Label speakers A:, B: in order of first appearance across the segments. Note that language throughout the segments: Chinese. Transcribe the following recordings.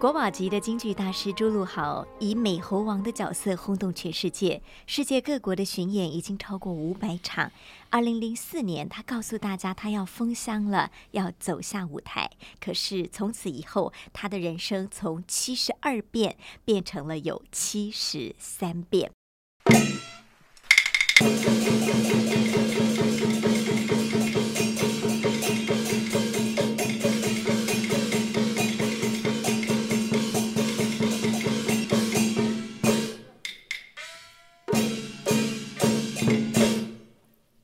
A: 国宝级的京剧大师朱陆豪以美猴王的角色轰动全世界，世界各国的巡演已经超过五百场。二零零四年，他告诉大家他要封箱了，要走下舞台。可是从此以后，他的人生从七十二变变成了有七十三变。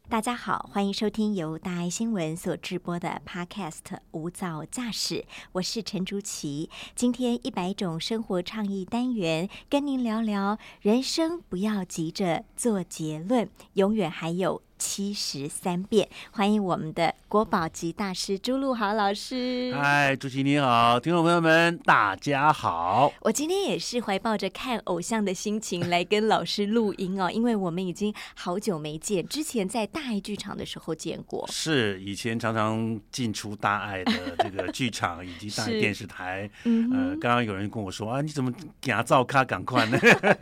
A: 大家好，欢迎收听由大爱新闻所直播的 Podcast《无噪驾驶》，我是陈竹琪。今天一百种生活倡议单元，跟您聊聊人生不要急着做结论，永远还有七十三变。欢迎我们的国宝级大师朱露豪老师。
B: 嗨，主席你好，听众朋友们大家好。
A: 我今天也是怀抱着看偶像的心情来跟老师录音哦，因为我们已经好久没见，之前在大爱剧场的时候见过。
B: 是以前常常进出大爱的这个剧场以及大 爱
A: 是
B: 电视台，
A: 嗯
B: 呃，
A: 哼，
B: 刚刚有人跟我说啊，你怎么给他造咖？赶快呢，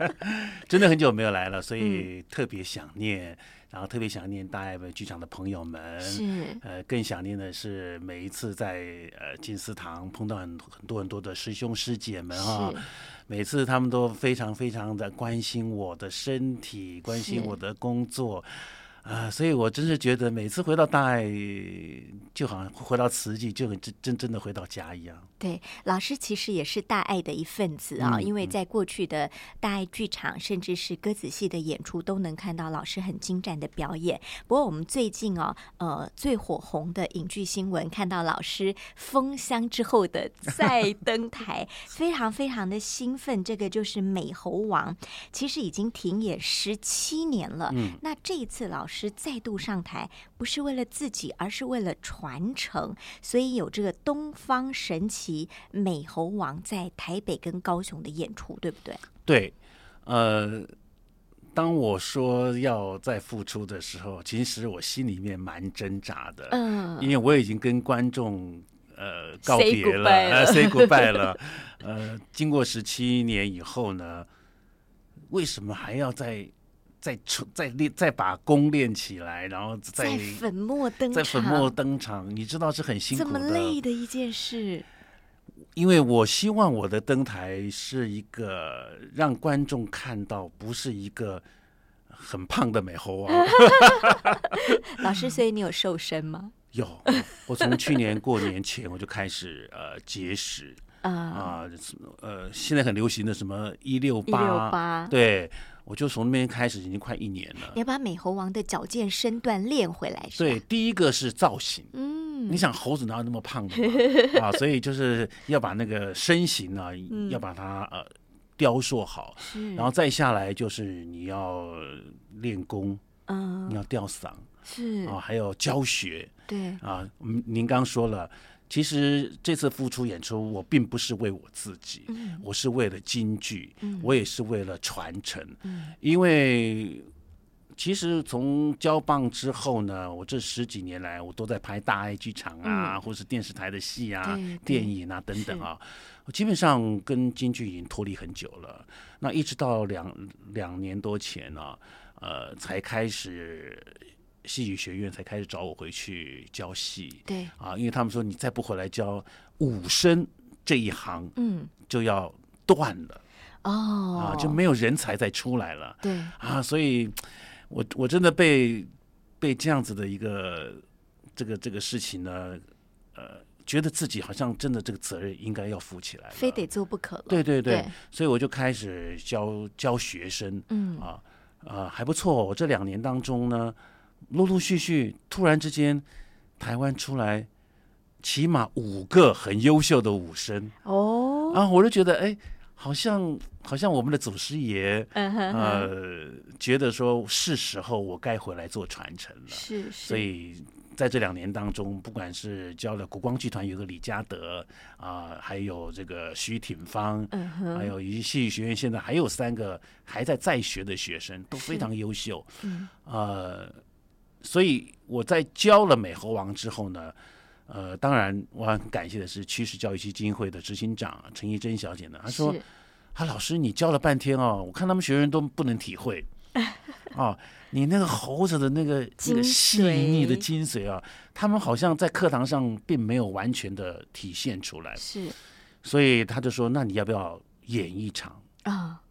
B: 真的很久没有来了，所以
A: 嗯
B: 特别想念，然后特别想念大爱的剧场的朋友们。
A: 是
B: 呃，更想念的是每一次在呃金丝堂碰到很很多很多的师兄师姐们哈、
A: 是
B: 每次他们都非常非常的关心我的身体，关心
A: 是
B: 我的工作。啊、所以我真是觉得每次回到大爱，就好像回到慈济，就很真真正的回到家一样。
A: 对，老师其实也是大爱的一份子啊、
B: 嗯
A: 因为在过去的大爱剧场，甚至是歌仔戏的演出，都能看到老师很精湛的表演。不过我们最近哦，呃，最火红的影剧新闻，看到老师封箱之后 的再登台，非常非常的兴奋。这个就是《美猴王》，其实已经停演十七年了。
B: 嗯
A: 那这一次老师再度上台，不是为了自己，而是为了传承，所以有这个东方神奇美猴王在台北跟高雄的演出，对不对？
B: 对，呃，当我说要再付出的时候，其实我心里面蛮挣扎的。
A: 嗯、
B: 因为我已经跟观众呃告
A: Say
B: 别
A: goodbye
B: 了呃
A: 了
B: say goodbye 了，呃，经过十七年以后呢，为什么还要再再出再练再把功练起来，然后
A: 在
B: 再
A: 粉墨登场，
B: 再粉墨登场？你知道是很辛
A: 这
B: 苦
A: 么
B: 的，
A: 累的一件事，
B: 因为我希望我的登台是一个让观众看到，不是一个很胖的美猴 王。
A: 老
B: 嗯
A: 师，所以你有瘦身吗？
B: 有，我我从去年过年前我就开始呃节食，
A: 啊、
B: 啊、呃，现在很流行的什么一六
A: 嗯一六，八，
B: 对，我就从那边开始，已经快一年了
A: 你。要把美猴王的矫健身段练回来，是吧
B: 对，，第一个是造型，
A: 嗯，
B: 你想猴子哪有那么胖的嘛 啊？所以就是要把那个身形啊，要把它呃雕塑好，
A: 嗯是，
B: 然后再下来就是你要练功，
A: 嗯、
B: 你要吊嗓啊、
A: 是，
B: 还有教学
A: 对，
B: 啊。嗯您刚说了，其实这次复出演出，我并不是为我自己，
A: 嗯
B: 我是为了京剧，
A: 嗯
B: 我也是为了传承，
A: 嗯
B: 因为其实从交棒之后呢，我这十几年来我都在拍大爱剧场啊，或是电视台的戏啊
A: 嗯对、对
B: 电影啊等等啊，我基本上跟京剧已经脱离很久了。那一直到两两年多前呢、
A: 哦
B: 呃，才开始戏剧学院才开始找我回去教戏
A: 对，
B: 啊，因为他们说你再不回来教武生这一行
A: 嗯，
B: 就要断了。
A: 哦，
B: 啊，就没有人才再出来了
A: 对，
B: 啊，所以我我真的被被这样子的一个呃这个这个事情呢，呃，觉得自己好像真的这个责任应该要负起来了，
A: 非得做不可了，
B: 对对对，
A: 对
B: 所以我就开始教教学生
A: 嗯，
B: 啊，呃，还不错、我这两年当中呢，陆陆续续突然之间，台湾出来起码五个很优秀的武生
A: 哦，
B: 啊，我就觉得哎，好像好像我们的祖师爷。呃
A: 嗯哼哼，
B: 呃，觉得说是时候我该回来做传承了，
A: 是是，
B: 所以在这两年当中，不管是教了国光剧团有个李嘉德啊、还有这个徐挺芳，
A: 嗯哼，
B: 还有以及戏剧学院现在还有三个还在在学的学生，都非常优秀。
A: 嗯
B: 呃，所以我在教了美猴王之后呢，呃，当然我很感谢的是趋势教育基金会的执行长陈怡珍小姐呢，她说
A: 是，
B: 啊，老师，你教了半天哦，我看他们学生都不能 体会啊，你那个猴子的那个那
A: 精
B: 个
A: 髓
B: 细腻的精髓啊，他们好像在课堂上并没有完全的体现出来，
A: 是
B: 所以他就说，那你要不要演一场？
A: 啊，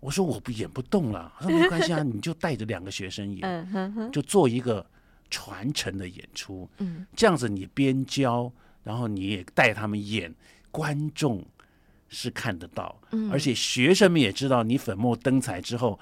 B: 我说我不演不动了，他说没关系啊，你就带着两个学生演，
A: 嗯哼哼，
B: 就做一个传承的演出，
A: 嗯，
B: 这样子你边教，然后你也带他们演，观众是看得到，
A: 嗯
B: 而且学生们也知道你粉墨登彩之后，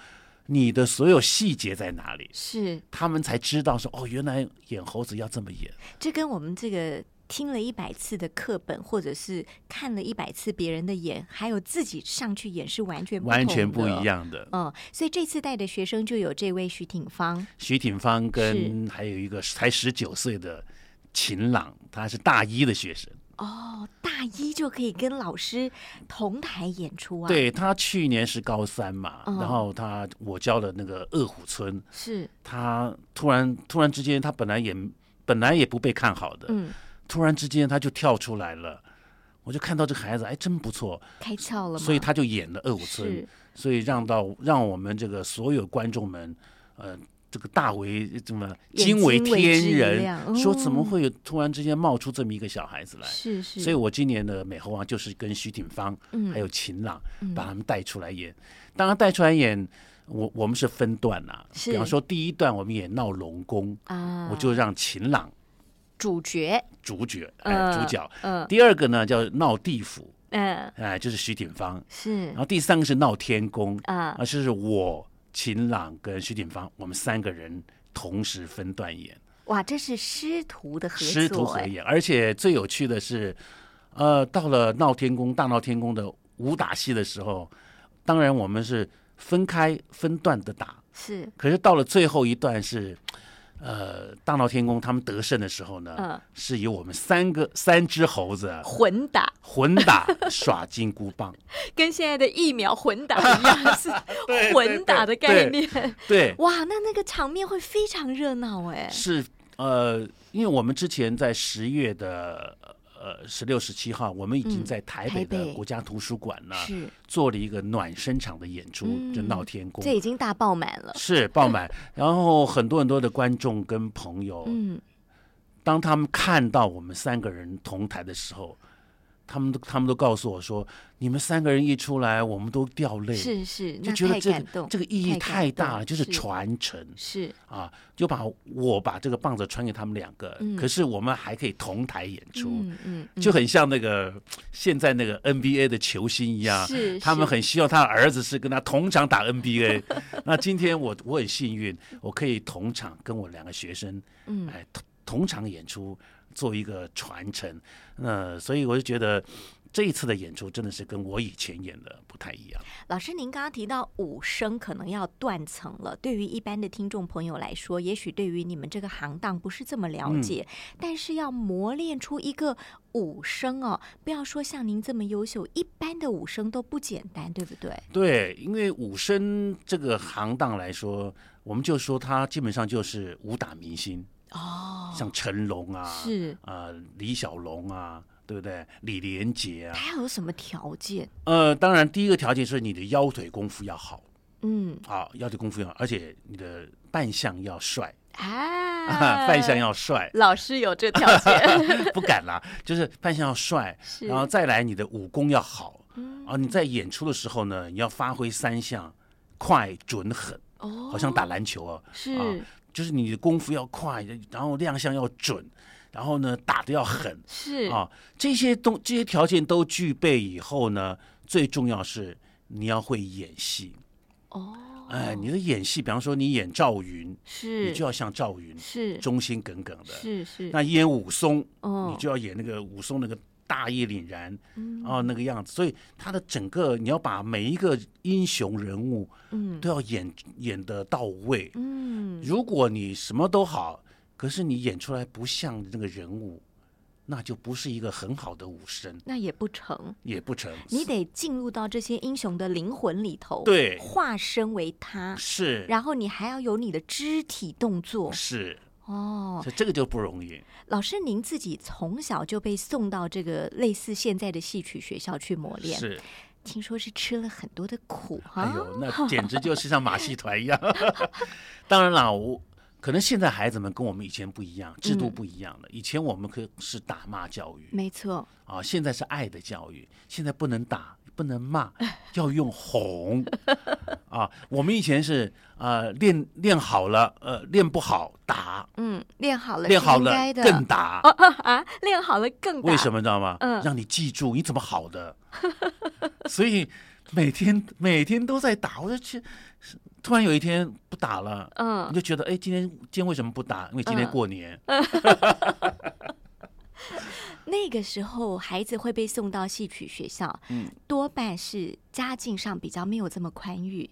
B: 你的所有细节在哪里，
A: 是
B: 他们才知道说哦，原来演猴子要这么演，
A: 这跟我们这个听了一百次的课本，或者是看了一百次别人的演，还有自己上去演是完全不
B: 完
A: 同
B: 全不
A: 的
B: 一。样的。
A: 嗯，所以这次带的学生就有这位徐挺芳，
B: 徐挺芳跟还有一个才十九岁的秦朗，他是大一的学生。
A: 哦，大一就可以跟老师同台演出啊？，
B: 对他去年是高三嘛，
A: 嗯
B: 然后他我教了那个二虎村，
A: 是，
B: 他突然突然之间，他本来也本来也不被看好的，
A: 嗯，
B: 突然之间他就跳出来了。我就看到这个孩子，哎，真不错，
A: 开窍了嘛，
B: 所以他就演了二虎村
A: 是，，
B: 所以让到让我们这个所有观众们，呃，这个大为怎么
A: 眼
B: 惊为
A: 睛为之
B: 天
A: 一
B: 人，
A: 亮
B: 说怎么
A: 哦
B: 会有突然之间冒出这么一个小孩子来？
A: 是是，
B: 所以我今年的美猴王就是跟徐挺芳
A: 嗯
B: 还有秦朗
A: 嗯
B: 把他们带出来演。当然带出来演，我我们是分段呐、
A: 是
B: 比方说第一段我们演闹龙宫，
A: 啊，
B: 我就让秦朗
A: 主角，
B: 主角哎、
A: 嗯
B: 主角。
A: 嗯
B: 第二个呢叫闹地府，
A: 嗯，
B: 哎、就是徐挺芳。
A: 是
B: 然后第三个是闹天宫，
A: 啊
B: 啊，，就是我秦朗跟徐挺芳，我们三个人同时分段演。
A: 哇，这是师徒的合作，
B: 师徒合
A: 哎
B: 演，而且最有趣的是，呃，到了闹天宫大闹天宫的武打戏的时候，当然我们是分开分段的打，
A: 是，
B: 可是到了最后一段是，呃，大闹天宫他们得胜的时候呢，
A: 嗯
B: 是由我们三个三只猴子啊
A: 混打，
B: 混 打耍金箍棒，
A: 跟现在的疫苗混打一 样，是
B: 对
A: 混打的概念。
B: 对，
A: 哇，那那个场面会非常热闹哎，
B: 是呃，因为我们之前在十月的。呃，十六、十七号，我们已经
A: 嗯
B: 在台
A: 台
B: 北的
A: 北
B: 国家图书馆呢，
A: 是，
B: 做了一个暖身场的演出，
A: 嗯
B: 就闹天宫
A: 这，已经大爆满了。
B: 是爆满。然后很多很多的观众跟朋友，
A: 嗯，
B: 当他们看到我们三个人同台的时候，他们都他们都告诉我说，你们三个人一出来，我们都掉泪，
A: 是是，
B: 就
A: 那
B: 觉得
A: 太
B: 这
A: 感
B: 个
A: 动，
B: 这个意义
A: 太
B: 太
A: 感动
B: 大了，就是
A: 是
B: 传承。
A: 是
B: 啊，就把我把这个棒子传给他们两个，
A: 嗯
B: 可是我们还可以同台演出，
A: 嗯嗯，嗯
B: 就很像那个现在那个 NBA 的球星一样，
A: 是
B: 他们
A: 是
B: 很希望他的儿子是跟他同场打 NBA。那 今天我我很幸运，我可以同场跟我两个学生，
A: 嗯
B: 哎，同同场演出，做一个传承。那所以我就觉得这一次的演出真的是跟我以前演的不太一样。
A: 老师，您刚刚提到五声可能要断层了，对于一般的听众朋友来说，也许对于你们这个行当不是这么了解，
B: 嗯
A: 但是要磨练出一个五声哦，不要说像您这么优秀，一般的五声都不简单，对不对？
B: 对，因为武生这个行当来说，我们就说他基本上就是武打明星，
A: 哦，
B: 像成龙啊，
A: 是，
B: 啊，李小龙啊，对不对？李连杰啊，
A: 他要有什么条件？
B: 呃，当然第一个条件是你的腰腿功夫要好
A: 嗯，
B: 啊，腰腿功夫要好，而且你的扮相要帅，
A: 嗯 啊，，
B: 扮相要帅
A: 老师有这条 件，
B: 不敢啦，就是扮相要帅，
A: 是嗯
B: 然后再来你的武功要好啊。你在演出的时候呢，你要发挥三项快、准、狠，
A: 哦，
B: 好像打篮球哦，
A: 是、
B: 啊就是你的功夫要快，然后亮相要准，然后呢打的要狠，
A: 是、
B: 啊，这些东这些条件都具备以后呢，最重要是你要会演戏。
A: 哦，
B: 哎，你的演戏，比方说你演赵云，
A: 是
B: 你就要像赵云，
A: 是
B: 忠心耿耿的；
A: 是是，
B: 那演武松，
A: 哦
B: 你就要演那个武松那个大义凛然
A: 嗯
B: 啊那个样子。所以他的整个，你要把每一个英雄人物
A: 嗯
B: 都要演演得到位。
A: 嗯
B: 如果你什么都好，可是你演出来不像那个人物，那就不是一个很好的武生，
A: 那也不成。
B: 也不成。
A: 你得进入到这些英雄的灵魂里头，
B: 对
A: 化身为他，
B: 是
A: 然后你还要有你的肢体动作
B: 是，
A: 哦。
B: 所以这个就不容易。
A: 老师，您自己从小就被送到这个类似现在的戏曲学校去磨练，
B: 是，
A: 听说是吃了很多的苦哈、
B: 哎呦，那简直就是像马戏团 一样。当然啦，我可能现在孩子们跟我们以前不一样，制度
A: 嗯
B: 不一样了。以前我们可是打骂教育，
A: 没错，
B: 啊，现在是爱的教育，现在不能打，不能骂，要用哄啊。我们以前是呃练练好了，呃练不好打，
A: 嗯，练好了，
B: 练好
A: 应
B: 了
A: 该的，，
B: 更打
A: 哦哦 啊，练好了更打
B: 为什么你知道吗？
A: 嗯
B: 让你记住你怎么好的， 所以每天每天都在打，我就去，突然有一天不打了。
A: 嗯
B: 你，就觉得，哎，今天今天为什么不打？因为今天
A: 嗯
B: 过年，
A: 那个时候孩子会被送到戏曲学校，
B: 嗯
A: 多半是家境上比较没有这么宽裕，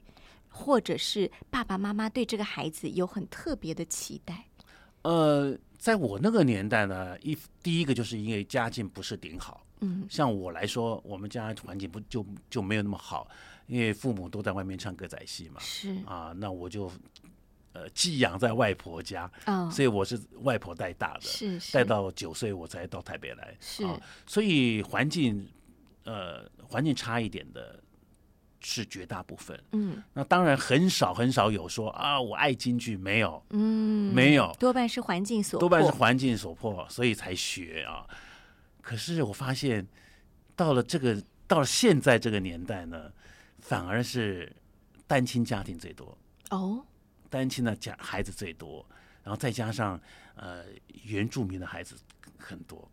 A: 或者是爸爸妈妈对这个孩子有很特别的期待。
B: 呃，在我那个年代呢，一第一个就是因为家境不是顶好，
A: 嗯
B: 像我来说，我们家环境不就就没有那么好，因为父母都在外面唱歌仔戏嘛，
A: 是，
B: 啊，那我就呃寄养在外婆家，
A: 嗯，
B: 所以我是外婆带大的，
A: 是是
B: 带到九岁我才到台北来，
A: 是
B: 啊，所以环境呃环境差一点的是绝大部分。
A: 嗯
B: 那当然很少很少有说啊，我爱京剧没有，
A: 嗯，
B: 没有
A: 多半是环境所
B: 多半是
A: 迫
B: 环境所迫，所以才学啊。可是我发现，到了这个到了现在这个年代呢，反而是单亲家庭最多，
A: 哦，
B: 单亲的家孩子最多，然后再加上呃原住民的孩子很多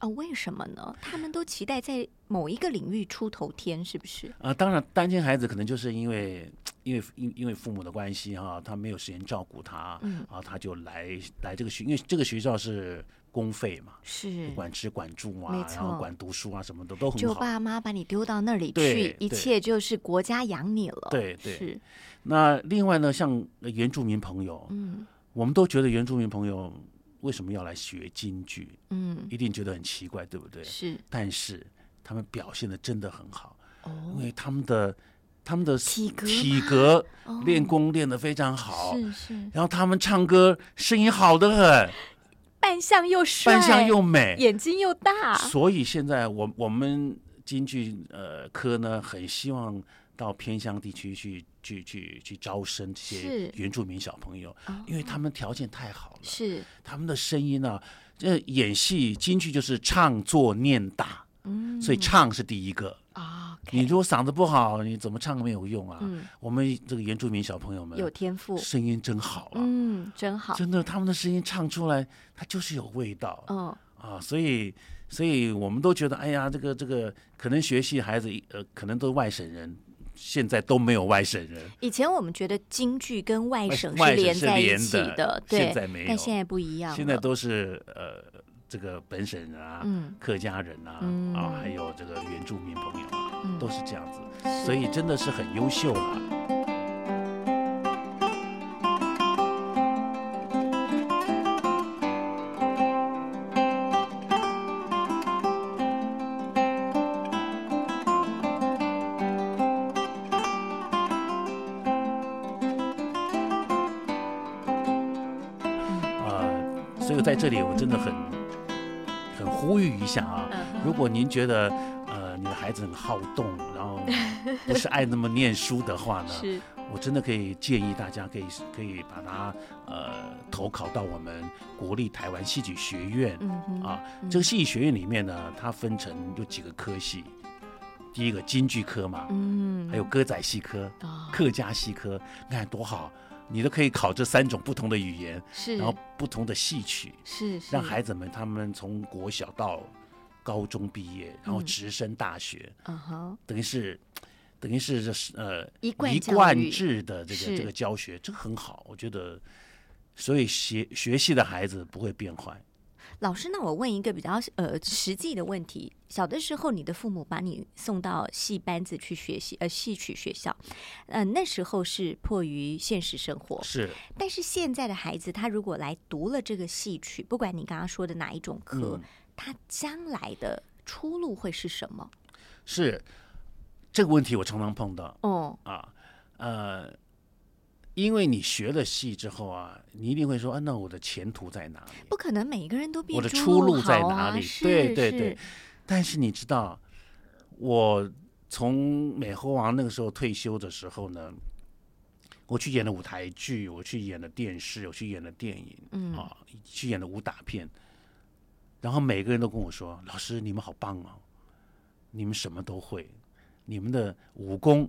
A: 哦，为什么呢？他们都期待在某一个领域出头天，是不是？
B: 啊、当然，单亲孩子可能就是因为因为因因为父母的关系哈、他没有时间照顾他，
A: 嗯
B: 啊，他就来来这个学，因为这个学校是公费嘛。
A: 是，
B: 管吃管住
A: 没
B: 啊，然
A: 错
B: 后管读书啊，什么的都很好。
A: 就爸妈把你丢到那里去
B: 对，
A: 一
B: 对
A: 切就是国家养你了。
B: 对对
A: 是，
B: 那另外呢，像呃原住民朋友，
A: 嗯
B: 我们都觉得原住民朋友为什么要来学京剧，
A: 嗯，
B: 一定觉得很奇怪，对不对？
A: 是
B: 但是他们表现的真的很好，因
A: 哦，
B: 为他们的他们的
A: 体格
B: 体
A: 嘛
B: 格
A: 哦
B: 练功练得非常好，
A: 是是，
B: 然后他们唱歌声音好得很，
A: 扮相又帅，
B: 扮相又美，
A: 眼睛又大，
B: 所以现在我我们京剧呃科呢，很希望到偏乡地区去去去去招生这
A: 是
B: 些原住民小朋友，
A: 哦
B: 因为他们条件太好了，
A: 是
B: 他们的声音啊，这演戏京剧就是唱做念打，
A: 嗯
B: 所以唱是第一个。
A: 啊，OK，
B: 你如果嗓子不好，你怎么唱没有用啊？
A: 嗯
B: 我们这个原住民小朋友们
A: 有天赋，
B: 声音真好啊，
A: 嗯，真好，
B: 真的，他们的声音唱出来，它就是有味道。
A: 嗯
B: 啊，所以所以我们都觉得，哎呀，这个这个可能学习孩子一，呃，可能都是外省人，现在都没有外省人，
A: 以前我们觉得京剧跟外省
B: 外
A: 是
B: 省
A: 连
B: 是
A: 在一
B: 连
A: 起
B: 的
A: 对，
B: 现在没
A: 但
B: 有
A: 现在不一样了，
B: 现在都是呃这个本省人啊、
A: 嗯
B: 客家人啊、
A: 嗯
B: 啊，还有这个原住民朋友啊，
A: 嗯
B: 都是这样子，
A: 是
B: 所以真的是很优秀啊了。啊，所以在这里我真的很很呼吁一下啊，
A: 嗯
B: 如果您觉得呃你的孩子很好动，然后不是爱那么念书的话 呢，
A: 是
B: 我真的可以建议大家可以可以把他呃投考到我们国立台湾戏剧学院
A: 嗯哼
B: 啊。
A: 嗯
B: 这个戏剧学院里面呢，它分成有几个科系，第一个京剧科嘛，
A: 嗯
B: 还有歌仔戏科、
A: 啊
B: 客家戏科，你看多好，你都可以考这三种不同的语言，
A: 是
B: 然后不同的戏曲。
A: 是是
B: 让孩子们他们从国小到高中毕业，然后直升大学，
A: 嗯哼
B: 等于是等于是这是呃
A: 一贯
B: 一
A: 教育
B: 贯制的这
A: 是
B: 个这个教学，这个很好，我觉得。所以学学习的孩子不会变坏，
A: 老师，那我问一个比较呃实际的问题：小的时候，你的父母把你送到戏班子去学习，呃，戏曲学校，呃，那时候是迫于现实生活。
B: 是
A: 但是现在的孩子，他如果来读了这个戏曲，不管你刚刚说的哪一种科，
B: 嗯
A: 他将来的出路会是什么？
B: 是，这个问题我常常碰到
A: 哦，
B: 啊，呃，因为你学了戏之后啊，你一定会说，啊，那我的前途在哪里？
A: 不可能每一个人都变、
B: 我的出路在
A: 好
B: 哪
A: 啊
B: 里？
A: 是
B: 对对
A: 是
B: 对，但是你知道，我从美猴王那个时候退休的时候呢，我去演了舞台剧，我去演了电视，我去演了电影，
A: 嗯
B: 啊，去演了武打片，然后每个人都跟我说：“老师，你们好棒哦，你们什么都会，你们的武功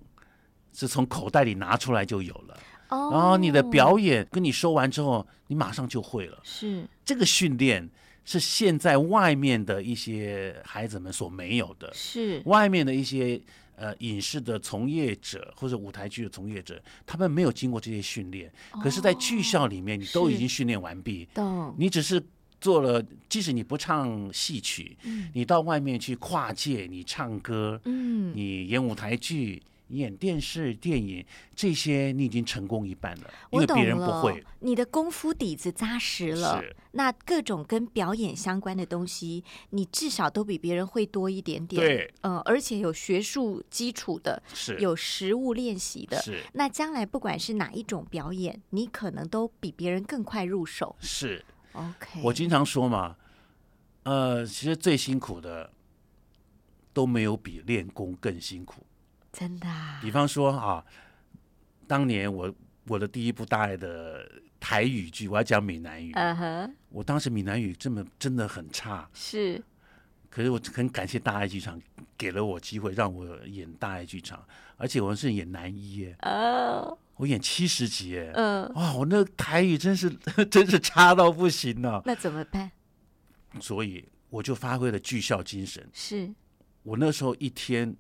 B: 是从口袋里拿出来就有了，
A: 哦，
B: 然后你的表演跟你说完之后，你马上就会了。”
A: 是
B: 这个训练是现在外面的一些孩子们所没有的，
A: 是
B: 外面的一些呃影视的从业者或者舞台剧的从业者，他们没有经过这些训练，可是，在剧校里面，你都
A: 哦是
B: 已经训练完毕，
A: 懂
B: 你只是。做了，即使你不唱戏曲，你到外面去跨界，你唱歌，
A: 嗯
B: 你演舞台剧，你演电视、电影，这些你已经成功一半了，因
A: 我
B: 为
A: 懂
B: 别人不
A: 了，
B: 会。
A: 你的功夫底子扎实了
B: 是，
A: 那各种跟表演相关的东西，你至少都比别人会多一点点。，
B: 对，
A: 嗯、而且有学术基础的，
B: 是
A: 有实物练习的。
B: 是
A: 那将来不管是哪一种表演，你可能都比别人更快入手。
B: 是。
A: OK，
B: 我经常说嘛，呃，其实最辛苦的都没有比练功更辛苦。
A: 真的、啊、
B: 比方说啊，当年我我的第一部大爱的台语剧，我要讲闽南语，
A: 嗯哼，
B: 我当时闽南语这么真的很差，
A: 是
B: 可是我很感谢大爱剧场给了我机会，让我演大爱剧场，而且我是演男一耶，
A: 呃
B: 我演七十集耶。
A: 呃，
B: 哇，我那台语真是 真是差到不行呢、
A: 那怎么办？
B: 所以我就发挥了剧校精神，
A: 是
B: 我那时候一天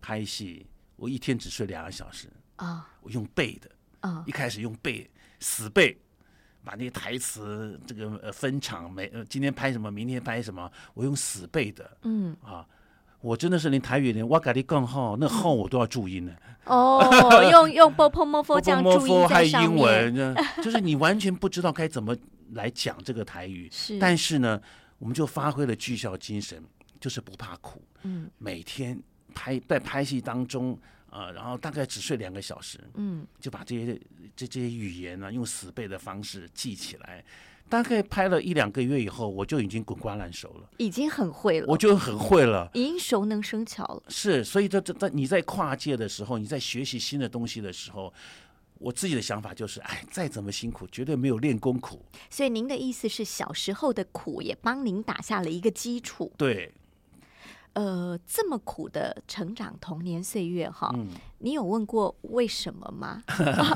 B: 拍戏，我一天只睡两个小时，
A: 啊
B: 我用背的，
A: 啊
B: 一开始用背死背，把那些台词这个呃分场每呃今天拍什么，明天拍什么，我用死背的
A: 嗯
B: 啊。我真的是连台语连哇嘎哩更好，那好我都要注音呢。
A: 哦，用用 b o p o m o f o 这样注音
B: 还
A: 在
B: 有
A: 上
B: 英
A: 面。
B: 文，呢， 就是你完全不知道该怎么来讲这个台语。
A: 是，
B: 但是呢，我们就发挥了剧校精神，就是不怕苦。
A: 嗯
B: 每天拍在拍戏当中，呃，然后大概只睡两个小时，
A: 嗯，
B: 就把这些这这些语言呢、用死背的方式记起来。大概拍了一两个月以后，我就已经滚瓜烂熟了，
A: 已经很会了，
B: 我就很会了。
A: 已经熟能生巧了。
B: 是，所以这这在你在跨界的时候，你在学习新的东西的时候，我自己的想法就是，哎，再怎么辛苦，绝对没有练功苦。
A: 所以您的意思是，小时候的苦也帮您打下了一个基础。
B: 对，
A: 呃，这么苦的成长童年岁月哈，
B: 嗯，
A: 你有问过为什么吗？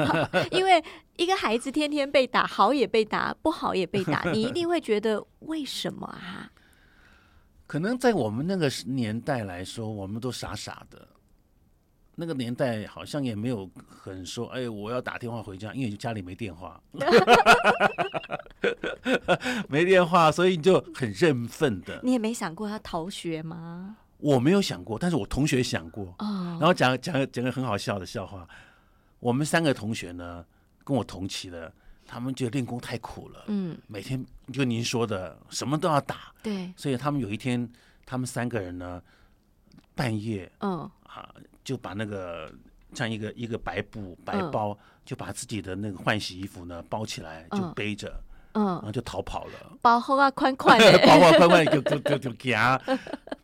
A: 因为一个孩子天天被打，好也被打，不好也被打，你一定会觉得为什么啊？
B: 可能在我们那个时年代来说，我们都傻傻的。那个年代好像也没有很说，哎，我要打电话回家，因为家里没电话， 没电话，所以你就很认份的。
A: 你也没想过要逃学吗？
B: 我没有想过，但是我同学想过。
A: 哦，
B: 然后讲讲讲个很好笑的笑话，我们三个同学呢，跟我同期的，他们觉得练功太苦了，
A: 嗯，
B: 每天就您说的什么都要打，
A: 对，
B: 所以他们有一天，他们三个人呢，半夜
A: 嗯，
B: 啊，就把那个像一个一个白布白
A: 嗯
B: 包，就把自己的那个换洗衣服呢包起来，就
A: 嗯
B: 背着，然
A: 嗯，。
B: 后就逃跑 了，
A: 包厚啊，宽宽的
B: 包包快快就就就就 夹，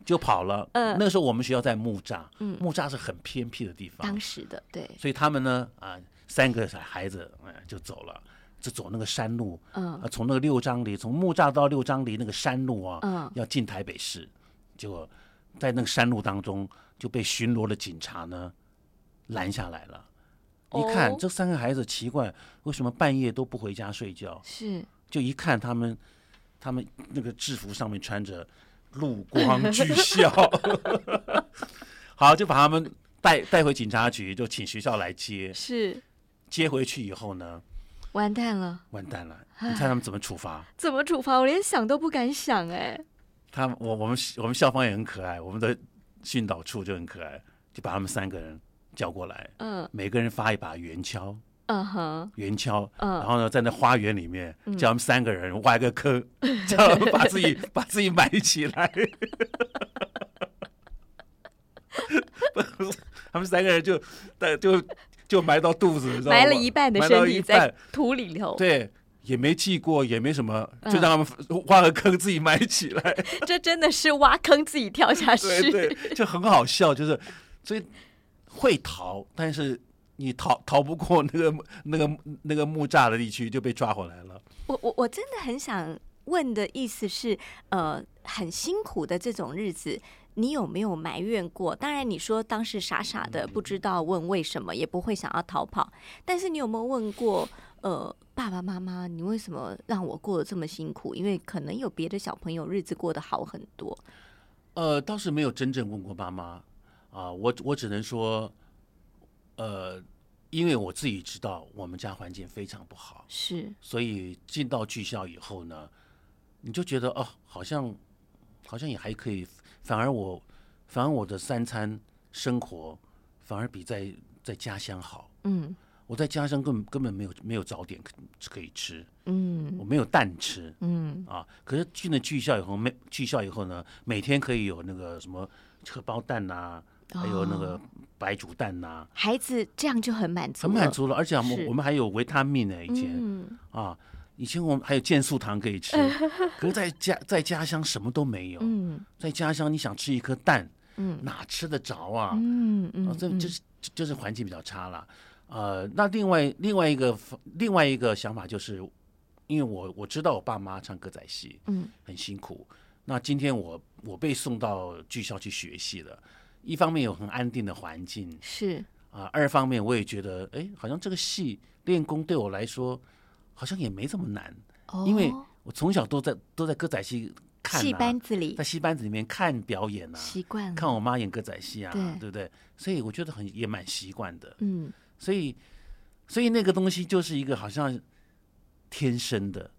B: 就跑了。那时候我们学校在木栅，
A: 嗯
B: 木栅是很偏僻的地方
A: 当，时的对，
B: 所以他们呢啊三个小孩子哎、就走了，就走那个山路
A: 嗯
B: 啊，从那个六张犁，从木栅到六张犁那个山路啊，
A: 嗯，
B: 要进台北市，结果在那个山路当中就被巡逻的警察呢拦下来了。一看、
A: 哦
B: 这三个孩子奇怪，为什么半夜都不回家睡觉？
A: 是
B: 就一看他们，他们那个制服上面穿着陆光巨校， 好，就把他们带带回警察局，就请学校来接。
A: 是，
B: 接回去以后呢，
A: 完蛋了，
B: 完蛋了，你猜他们怎么处罚？
A: 怎么处罚？我连想都不敢想哎。
B: 他们我我们我们校方也很可爱，我们的训导处就很可爱，就把他们三个人叫过来，
A: 嗯
B: 每个人发一把圆锹，
A: 嗯哼，
B: 圆锹，
A: 嗯
B: 然后呢，在那花园里面叫他们三个人挖一个坑，叫他们把自 己把自己埋起来。 他们三个人就，但就就埋到肚子，你知道吗
A: 埋了一半的
B: 埋
A: 身
B: 到
A: 体
B: 一
A: 在
B: 半，
A: 土里头，
B: 对，也没记过，也没什么，就
A: 嗯
B: 让他们 挖个坑自己埋起来。
A: 这真的是挖坑自己跳 下去。
B: 对对，就很好笑，就是所以会逃，但是你逃逃不过那个那个那个木栅的地区，就被抓回来了。
A: 我我我真的很想问的意思是，呃，很辛苦的这种日子，你有没有埋怨过？当然，你说当时傻傻
B: 嗯
A: 的不知道问为什么，也不会想要逃跑，但是你有没有问过，呃，爸爸妈妈，你为什么让我过得这么辛苦？因为可能有别的小朋友日子过得好很多。
B: 呃，倒是没有真正问过妈妈啊，我我只能说，呃，因为我自己知道我们家环境非常不好，
A: 是，
B: 所以进到剧校以后呢，你就觉得哦，好像好像也还可以，反而我反而我的三餐生活反而比在在家乡好。
A: 嗯
B: 我在家乡根本根本没有没有早点可可以吃，
A: 嗯
B: 我没有蛋吃
A: 嗯
B: 啊。可是进了剧校以后，每剧校以后呢，每天可以有那个什么荷包蛋呐、还有那个白煮蛋呐、
A: 哦孩子这样就很满足
B: 很
A: 了，
B: 满足了。而且我
A: 是
B: 们我们还有维他命呢、以前、
A: 嗯
B: 啊，以前我们还有健素糖可以 吃，可是在家在家乡什么都没有，
A: 嗯
B: 在家乡你想吃一颗蛋，
A: 嗯
B: 哪吃得着啊？
A: 嗯嗯，
B: 啊，这
A: 嗯
B: 就是就就是环境比较差了。呃，那另外另外一个方另外一个想法就是，因为我我知道我爸妈唱歌仔戏
A: 嗯
B: 很辛苦，那今天我我被送到剧校去学戏了，一方面有很安定的环境
A: 是
B: 啊、二方面我也觉得，哎，好像这个戏练功对我来说好像也没这么难，因为
A: 哦
B: 我从小都在都在歌仔戏看、啊，
A: 戏班子里
B: 在戏班子里面看表演啊，
A: 习惯了，
B: 看我妈演歌仔戏啊，
A: 嗯对
B: 对不对？所以我觉得很也蛮习惯的，
A: 嗯
B: 所以所以那个东西就是一个好像天生的。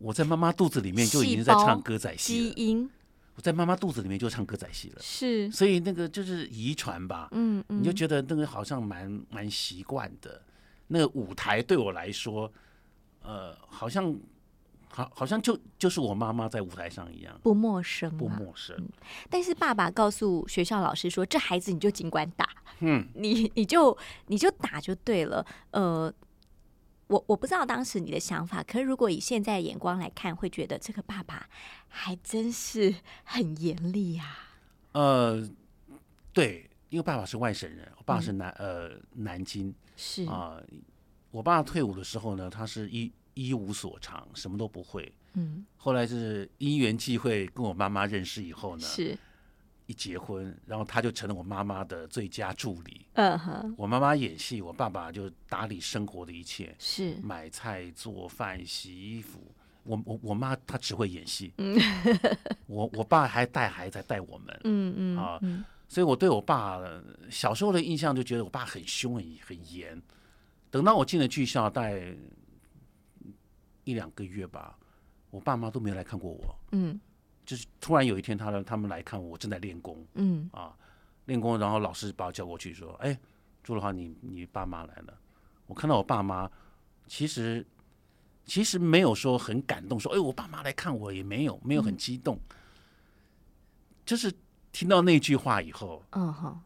B: 我在妈妈肚子里面就已经在
A: 细胞
B: 唱歌仔戏
A: 基
B: 了，
A: 因
B: 我在妈妈肚子里面就唱歌仔戏了，
A: 是，
B: 所以那个就是遗传吧，
A: 嗯嗯，
B: 你就觉得那个好像蛮蛮习惯的。那个舞台对我来说，呃，好像好好像就就是我妈妈在舞台上一样，
A: 不陌生啊
B: 不
A: 嘛。
B: 陌生。
A: 但是爸爸告诉学校老师说，这孩子你就尽管打，嗯， 你你就你就打就对了，呃。我我不知道当时你的想法，可是如果以现在的眼光来看，会觉得这个爸爸还真是很严厉啊呀、
B: 呃，对，因为爸爸是外省人，我爸是南、呃南京
A: 是，
B: 啊、我爸退伍的时候呢，他是一一无所长，什么都不会。
A: 嗯，
B: 后来是因缘际会跟我妈妈认识以后呢，
A: 是，
B: 一结婚，然后他就成了我妈妈的最佳助理。
A: 嗯哼，
B: 我妈妈演戏，我爸爸就打理生活的一切，
A: 是，
B: 买菜、做饭、洗衣服。我我我妈她只会演戏，我我爸还带孩子还带我们，
A: 嗯嗯
B: 啊
A: 嗯
B: 所以我对我爸呃小时候的印象就觉得我爸很凶很很严。等到我进了剧校，大概一两个月吧，我爸妈都没有来看过我。
A: 嗯
B: 就是突然有一天，他的他们来看我，我正在练功
A: 嗯，
B: 啊，练功，然后老师把我叫过去说：“哎，朱老华，你你爸妈来了。”我看到我爸妈，其实其实没有说很感动，说：“哎，我爸妈来看我。”也没有没有很激动，就是听到那句话以后，
A: 嗯哼，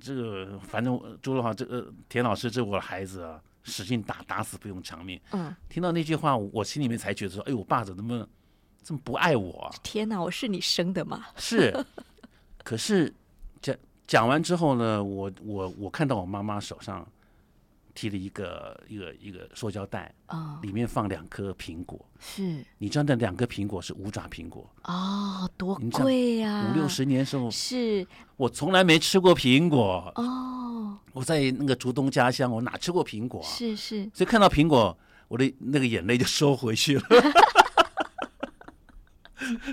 B: 这个反正我朱老华这个田老师这我的孩子啊，使劲打，打死不用偿命。
A: 嗯，
B: 听到那句话，我我心里面才觉得说，哎，我爸怎么那么这么不爱我啊？
A: 天哪，我是你生的吗？
B: 是，可是讲讲完之后呢，我我我看到我妈妈手上提了一个一个一个塑胶袋，
A: 啊、
B: 里面放两颗苹果。
A: 是
B: 你知道那两个苹果是五爪苹果，
A: 哦，多
B: 你这样
A: 贵呀、
B: 五六十年时候
A: 啊是
B: 我从来没吃过苹果。
A: 哦，
B: 我在那个竹东家乡，我哪吃过苹果啊？
A: 是是，
B: 所以看到苹果，我的那个眼泪就收回去了。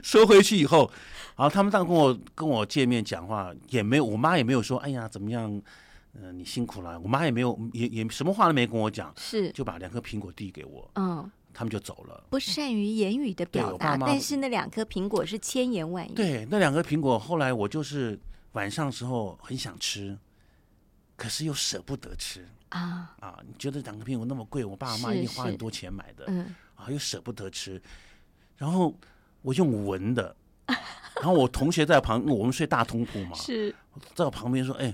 B: 收回去以后，然后他们当跟我跟我见面讲话，也没有，我妈也没有说，哎呀怎么样，嗯、你辛苦了。”我妈也没有也也什么话都没跟我讲，
A: 是，
B: 就把两颗苹果递给我，
A: 嗯，
B: 他们就走了。
A: 不善于言语的
B: 嗯对
A: 表
B: 我
A: 达，
B: 爸妈
A: 但是那两颗苹果是千言万语。，
B: 对，那两个苹果后来我就是晚上时候很想吃，可是又舍不得吃
A: 啊，
B: 啊。你觉得两个苹果那么贵，我爸妈
A: 是
B: 一定花
A: 是
B: 很多钱买的
A: 嗯，
B: 啊，又舍不得吃。然后我用闻的，然后我同学在旁，我们睡大通铺嘛，
A: 是
B: 在我旁边说：“哎，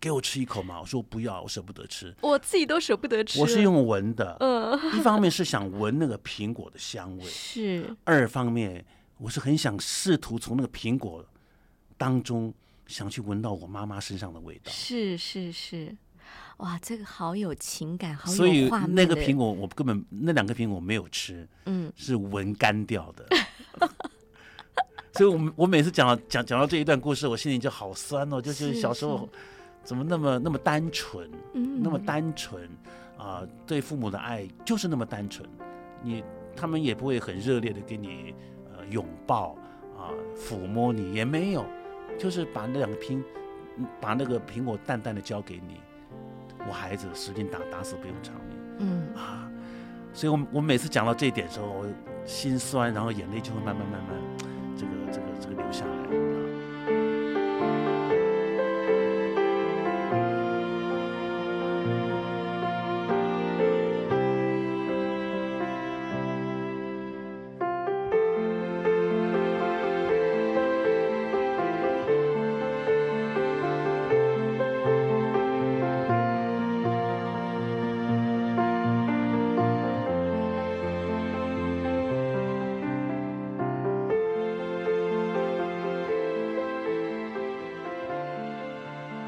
B: 给我吃一口嘛。”我说：“不要，我舍不得吃。
A: 我自己都舍不得”吃了。
B: 我是用闻的，
A: 嗯，
B: 一方面是想闻那个苹果的香味，
A: 是
B: 二方面，我是很想试图从那个苹果当中想去闻到我妈妈身上的味道，
A: 是是是，哇，这个好有情感，好
B: 所以
A: 有画面。
B: 那个苹，果我根本那两个苹果没有吃，
A: 嗯，
B: 是闻干掉的。 所以我们，我每次讲到讲讲到这一段故事，我心里就好酸哦，就就是小时候怎么那么那么单纯，
A: 嗯
B: 那么单纯啊、对父母的爱就是那么单纯，你他们也不会很热烈的给你呃拥抱啊、抚摸你，也没有，就是把那两个苹，嗯把那个苹果淡淡的交给你，我孩子使劲打，打死不用偿命
A: 嗯，
B: 啊！所以我我每次讲到这一点的时候，我心酸，然后眼泪就会慢慢慢慢这个这个这个流下来。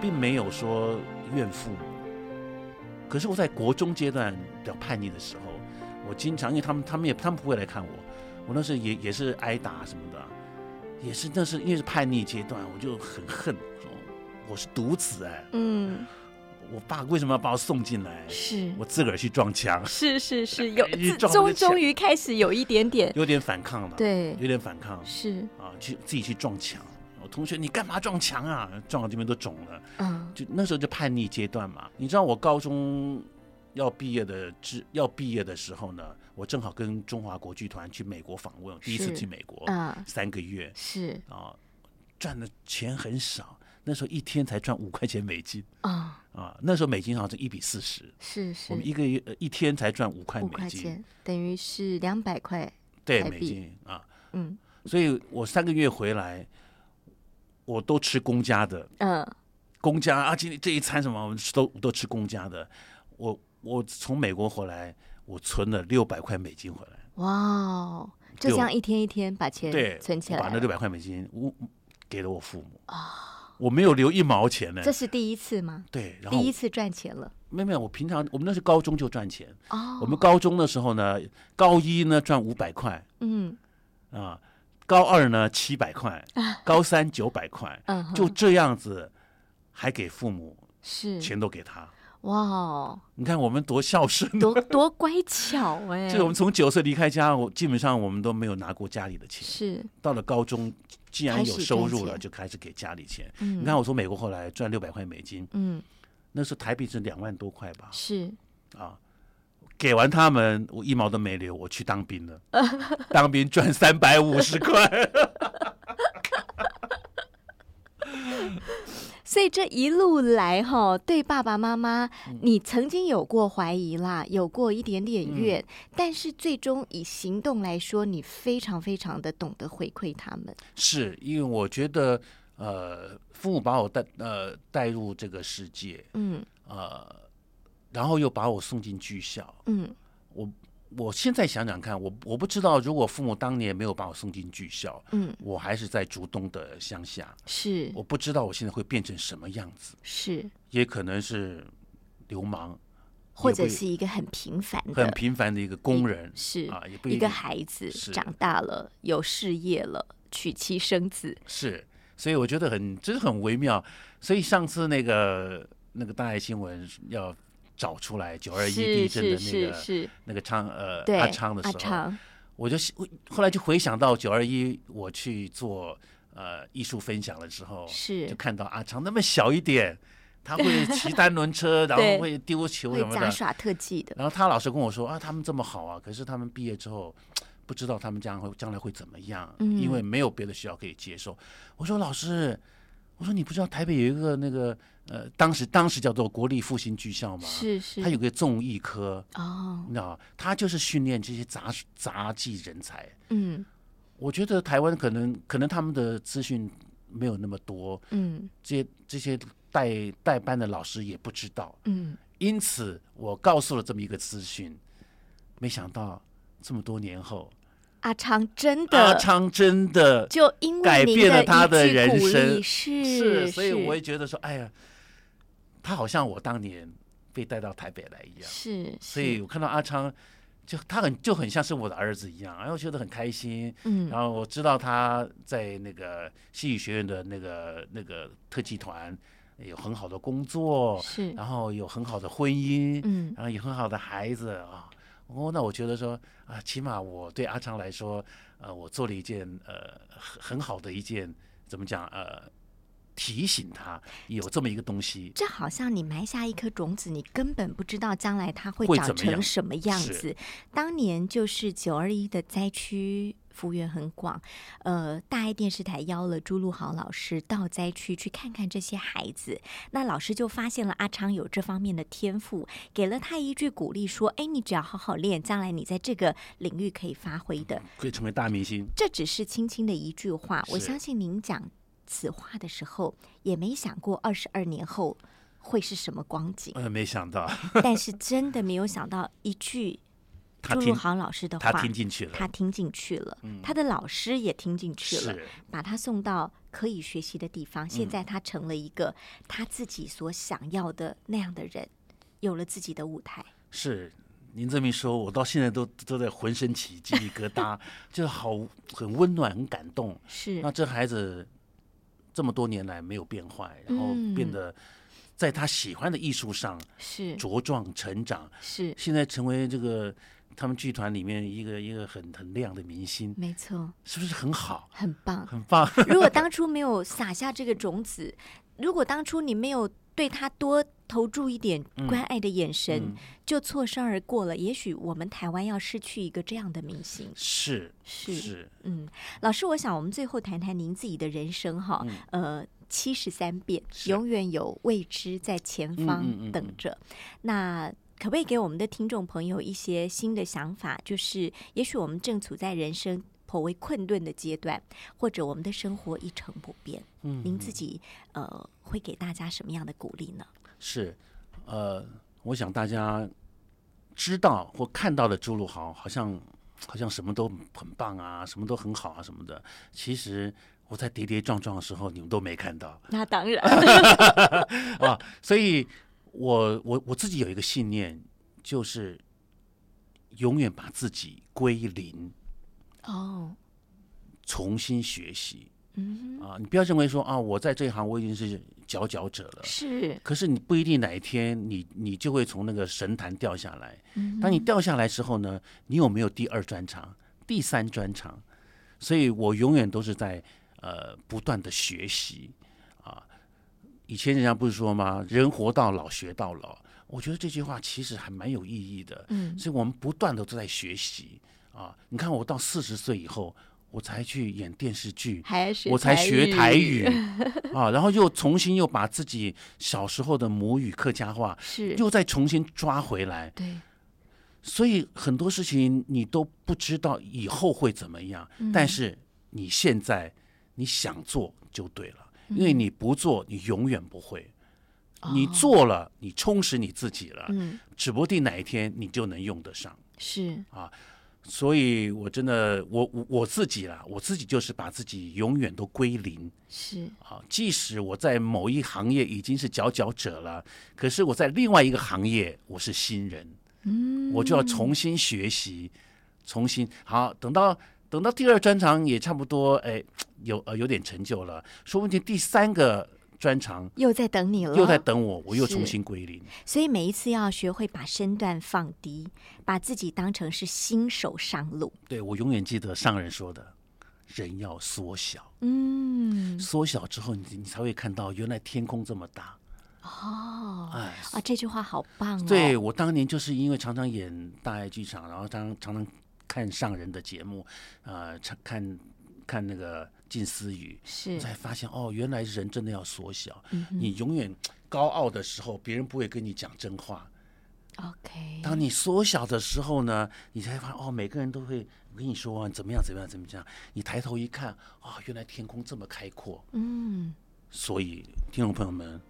B: 并没有说怨父母。可是我在国中阶段比较叛逆的时候，我经常因为他们他们也他们不会来看我，我那时候也也是挨打什么的，也是那是因为是叛逆阶段，我就很恨，我说我是独子哎，
A: 嗯，
B: 我爸为什么要把我送进来？
A: 是
B: 我自个儿去撞墙，
A: 是是 是，有
B: 一
A: 自
B: 撞
A: 终
B: 就起来
A: 终于开始有一点点，
B: 有点反抗了，，
A: 对，
B: 有点反抗
A: 是，
B: 啊，去自己去撞墙。我同学，你干嘛撞墙啊？撞到这边都肿了。
A: 嗯，
B: 就那时候就叛逆阶段嘛。你知道我高中要毕业的之要毕业的时候呢，我正好跟中华国剧团去美国访问，第一次
A: 是
B: 去美国、
A: 啊，
B: 三个月
A: 是
B: 啊，赚的钱很少，那时候一天才赚五块钱美金
A: 啊，
B: 啊，那时候美金好像是一比四十。
A: 是是
B: 我，们一个月、呃一天才赚五块
A: 五
B: 美
A: 块
B: 金，
A: 钱等于是两百块，
B: 对
A: 台
B: 美
A: 币
B: 金啊，
A: 嗯
B: 所以我三个月回来，我都吃公家的，
A: 嗯，
B: 公家啊，今天这一餐什么我们吃都都吃公家的。我我从美国回来，我存了六百块美金回来，
A: 哇哦，就这样一天一天把
B: 对
A: 钱，存起
B: 我把
A: 来
B: 那，六百块美金我给了我父母我没有留一毛钱呢
A: 啊这。是第一次吗？
B: 对，然后
A: 第一次赚钱了
B: 没有没有，我平常我们那是高中就赚钱，
A: 哦，
B: 我们高中的时候呢，高一呢赚五百块
A: 嗯
B: 啊，高二呢七百块，
A: 啊
B: 高三九百 块，
A: 嗯哼，
B: 就这样子还给父母
A: 是
B: 钱都给他。
A: 哇哦，
B: 你看我们多孝顺啊
A: 多 多乖巧哎，
B: 这个我们从九岁离开家，我基本上我们都没有拿过家里的钱。
A: 是
B: 到了高中，既然有收
A: 开始
B: 入
A: 赚
B: 了，
A: 钱
B: 就开始给家里钱。
A: 嗯
B: 你看，我从美国后来赚六百块美金，
A: 嗯
B: 那时候台币是两万多块吧？
A: 是
B: 啊，给完他们，我一毛都没留，我去当兵了。当兵赚三百五十块，
A: 所以这一路来哈，对爸爸妈妈，
B: 嗯
A: 你曾经有过怀疑啦，有过一点点怨，
B: 嗯
A: 但是最终以行动来说，你非常非常的懂得回馈他们。
B: 是因为我觉得，呃，父母把我带呃带入这个世界，
A: 嗯
B: 呃，然后又把我送进剧校，
A: 嗯，
B: 我我现在想想看，我我不知道，如果父母当年没有把我送进剧校，
A: 嗯，
B: 我还是在竹东的乡下，
A: 是
B: 我不知道我现在会变成什么样子，
A: 是，
B: 也可能是流氓，
A: 或者
B: 会
A: 是一个很平凡的，
B: 很平凡的一个工人
A: 是、
B: 啊，也不
A: 一
B: 定
A: 个孩子
B: 是
A: 长大了，有事业了，娶妻生子，
B: 是，所以我觉得很真的很微妙。所以上次那个那个大爱新闻要找出来九二一
A: 是
B: 地
A: 是
B: 震的那
A: 是
B: 个
A: 是，
B: 那个昌呃
A: 对
B: 阿昌的时
A: 阿
B: 候，
A: 昌
B: 我就后来就回想到九二一，我去做呃艺术分享的时候，
A: 是
B: 啊就看到阿昌那么小一点，他 会骑单轮车，然
A: 对
B: 后会丢球
A: 会
B: 什么
A: 杂
B: 的。
A: 耍特技的，
B: 然后他老是跟我说啊，他们这么好啊，可是他们毕业之后。不知道他们将会将来会怎么样，
A: 嗯
B: 因为没有别的学校可以接受。我说老师，我说你不知道台北有一个那个呃，当时当时叫做国立复兴剧校吗？
A: 是是，
B: 他有个综艺科，
A: 哦，
B: 你知道吗，他就是训练这些杂杂技人才。
A: 嗯
B: 我觉得台湾可能可能他们的资讯没有那么多，
A: 嗯
B: 这些这些带带班的老师也不知道，
A: 嗯，
B: 因此我告诉了这么一个资讯，没想到这么多年后，
A: 阿昌真
B: 阿
A: 的
B: 昌真的
A: 就因为
B: 改
A: 您
B: 变了
A: 一
B: 他的
A: 句
B: 人
A: 鼓
B: 生
A: 励是
B: 是，所以
A: 是
B: 我也觉得说，哎呀，他好像我当年被带到台北来一样，
A: 是，
B: 所以
A: 是
B: 我看到阿昌。就他很就很像是我的儿子一样，然后觉得很开心，
A: 嗯
B: 然后我知道他在那个戏剧学院的那个那个特技团有很好的工作，
A: 是
B: 然后有很好的婚姻，
A: 嗯
B: 然后有很好的孩子啊。哦，那我觉得说啊，起码我对阿昌来说，呃，我做了一件呃很很好的一件怎么讲呃提醒他有这么一个东西，
A: 这好像你埋下一颗种子，你根本不知道将来它会
B: 会
A: 长
B: 怎么
A: 成
B: 样
A: 什么样
B: 是
A: 子。当年就是九二一的灾区。幅员很广，呃，大爱电视台邀了朱露豪老师到灾区去看看这些孩子。那老师就发现了阿昌有这方面的天赋，给了他一句鼓励，说：“哎，你只要好好练，将来你在这个领域可以发挥的。”
B: 可以成为大明星。
A: 这只是轻轻的一句话，我
B: 是，
A: 相信您讲此话的时候，也没想过二十二年后会是什么光景
B: 呃，没想到
A: 但是真的没有想到一句
B: 他
A: 朱露
B: 听
A: 豪老师的话，
B: 他听进去了，
A: 他听进去了，他的老师也听进去了，
B: 是嗯
A: 把他送到可以学习的地方。现在他成了一个他自己所想要的那样的人，有了自己的舞台。
B: 是，您这么一说，我到现在都都在浑身起鸡皮疙瘩， 就是好很温暖，很感动。
A: 是
B: 那这孩子这么多年来没有变坏，然后变
A: 嗯
B: 得在他喜欢的艺术上
A: 是
B: 茁壮成长，
A: 是，
B: 现在成为这个他们剧团里面一个一个很很亮的明星，
A: 没错，
B: 是不是很好？
A: 很棒。
B: 很 棒，
A: 如果当初没有撒下这个种子，如果当初你没有对他多投注一点关爱的眼神，
B: 嗯
A: 就错身而过了。也许我们台湾要失去一个这样的明星。
B: 是
A: 是
B: 是，
A: 嗯，老师，我想我们最后谈谈您自己的人生哈，呃。七十三变，
B: 嗯是
A: 永远有未知在前
B: 嗯嗯
A: 方
B: 嗯
A: 等着。那可不可以给我们的听众朋友一些新的想法？就是，也许我们正处在人生颇为困顿的阶段，或者我们的生活一成不变。
B: 嗯，
A: 您自己呃，会给大家什么样的鼓励呢？
B: 是，呃，我想大家知道或看到的朱露豪，好像好像什么都很棒啊，什么都很好啊什么的。其实我在跌跌撞撞的时候，你们都没看到
A: 那当 然，
B: 啊。所以我我我自己有一个信念，就是永远把自己归零，
A: 哦，
B: 重新学习
A: 嗯，
B: 啊。你不要认为说啊，我在这一行我已经是佼佼者了。
A: 是，
B: 可是你不一定哪一天你你就会从那个神坛掉下来。当你掉下来之后呢，你有没有第二专长、第三专长？所以我永远都是在呃不断的学习啊。以前人家不是说吗？人活到老学到老，我觉得这句话其实还蛮有意义的。
A: 嗯，
B: 所以我们不断的都在学习啊。你看我到四十岁以后，我才去演电视剧，
A: 还要学，
B: 我才学台，语 啊，然后又重新又把自己小时候的母语客家话
A: 是，
B: 又再重新抓回来，
A: 对，
B: 所以很多事情你都不知道以后会怎么样，
A: 嗯
B: 但是你现在你想做就对了，因为你不做你永远不会，你
A: 嗯哦
B: 做了你充实你自己了，
A: 嗯，
B: 指不定哪一天你就能用得上。
A: 是，
B: 所以，我真的，我我我自己啦，我自己就是把自己永远都归零，
A: 是，
B: 啊，即使我在某一行业已经是佼佼者了，可是我在另外一个行业我是新人，嗯，我就要重新学习，重新好，等到等到第二专长也差不多，哎，有呃有点成就了，说不定第三个专长
A: 又在等你了，
B: 又在等我，我又
A: 啊是
B: 重新归零，
A: 所以每一次要学会把身段放低，把自己当成是新手上路。
B: 对我永远记得上人说的，人要缩小，
A: 嗯，
B: 缩小之后你你才会看到原来天空这么大，
A: 哦，
B: 哎，
A: 啊，这句话好棒哦！
B: 对，我当年就是因为常常演大爱剧场，然后常常常看上人的节目，呃，常看看那个近思语，
A: 是，
B: 才发现哦，原来人真的要缩小。
A: 嗯哼
B: 你永远高傲的时候，别人不会跟你讲真话；
A: OK，
B: 当你缩小的时候呢，你才发现哦，每个人都会我跟你说、啊、怎么样怎么样怎么样。你抬头一看，哦，原来天空这么开阔。
A: 嗯，
B: 所以，听众朋友们，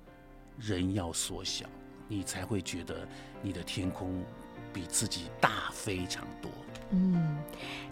B: 人要缩小，你才会觉得你的天空比自己大非常多。
A: 嗯，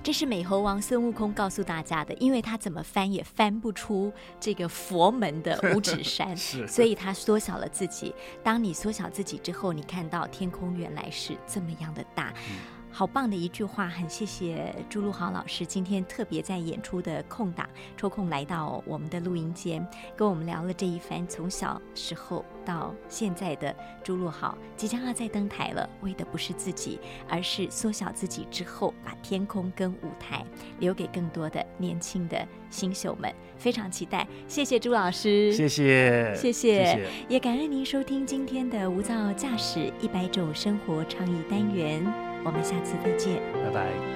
A: 这是美猴王孙悟空告诉大家的，因为他怎么翻也翻不出这个佛门的五指 山，
B: 是
A: 所以他缩小了自己。当你缩小自己之后，你看到天空原来是这么样的大。
B: 嗯
A: 好棒的一句话，很谢谢朱露豪老师今天特别在演出的空档抽空来到我们的录音间，跟我们聊了这一番从小时候到现在的朱露豪即将要再登台了，为的不是自己，而是缩小自己之后，把天空跟舞台留给更多的年轻的新秀们。非常期待，谢谢朱老师，
B: 谢谢，
A: 谢谢
B: 谢谢。
A: 也感恩您收听今天的无噪驾驶一百种生活倡议单元，我们下次再见。
B: 拜拜。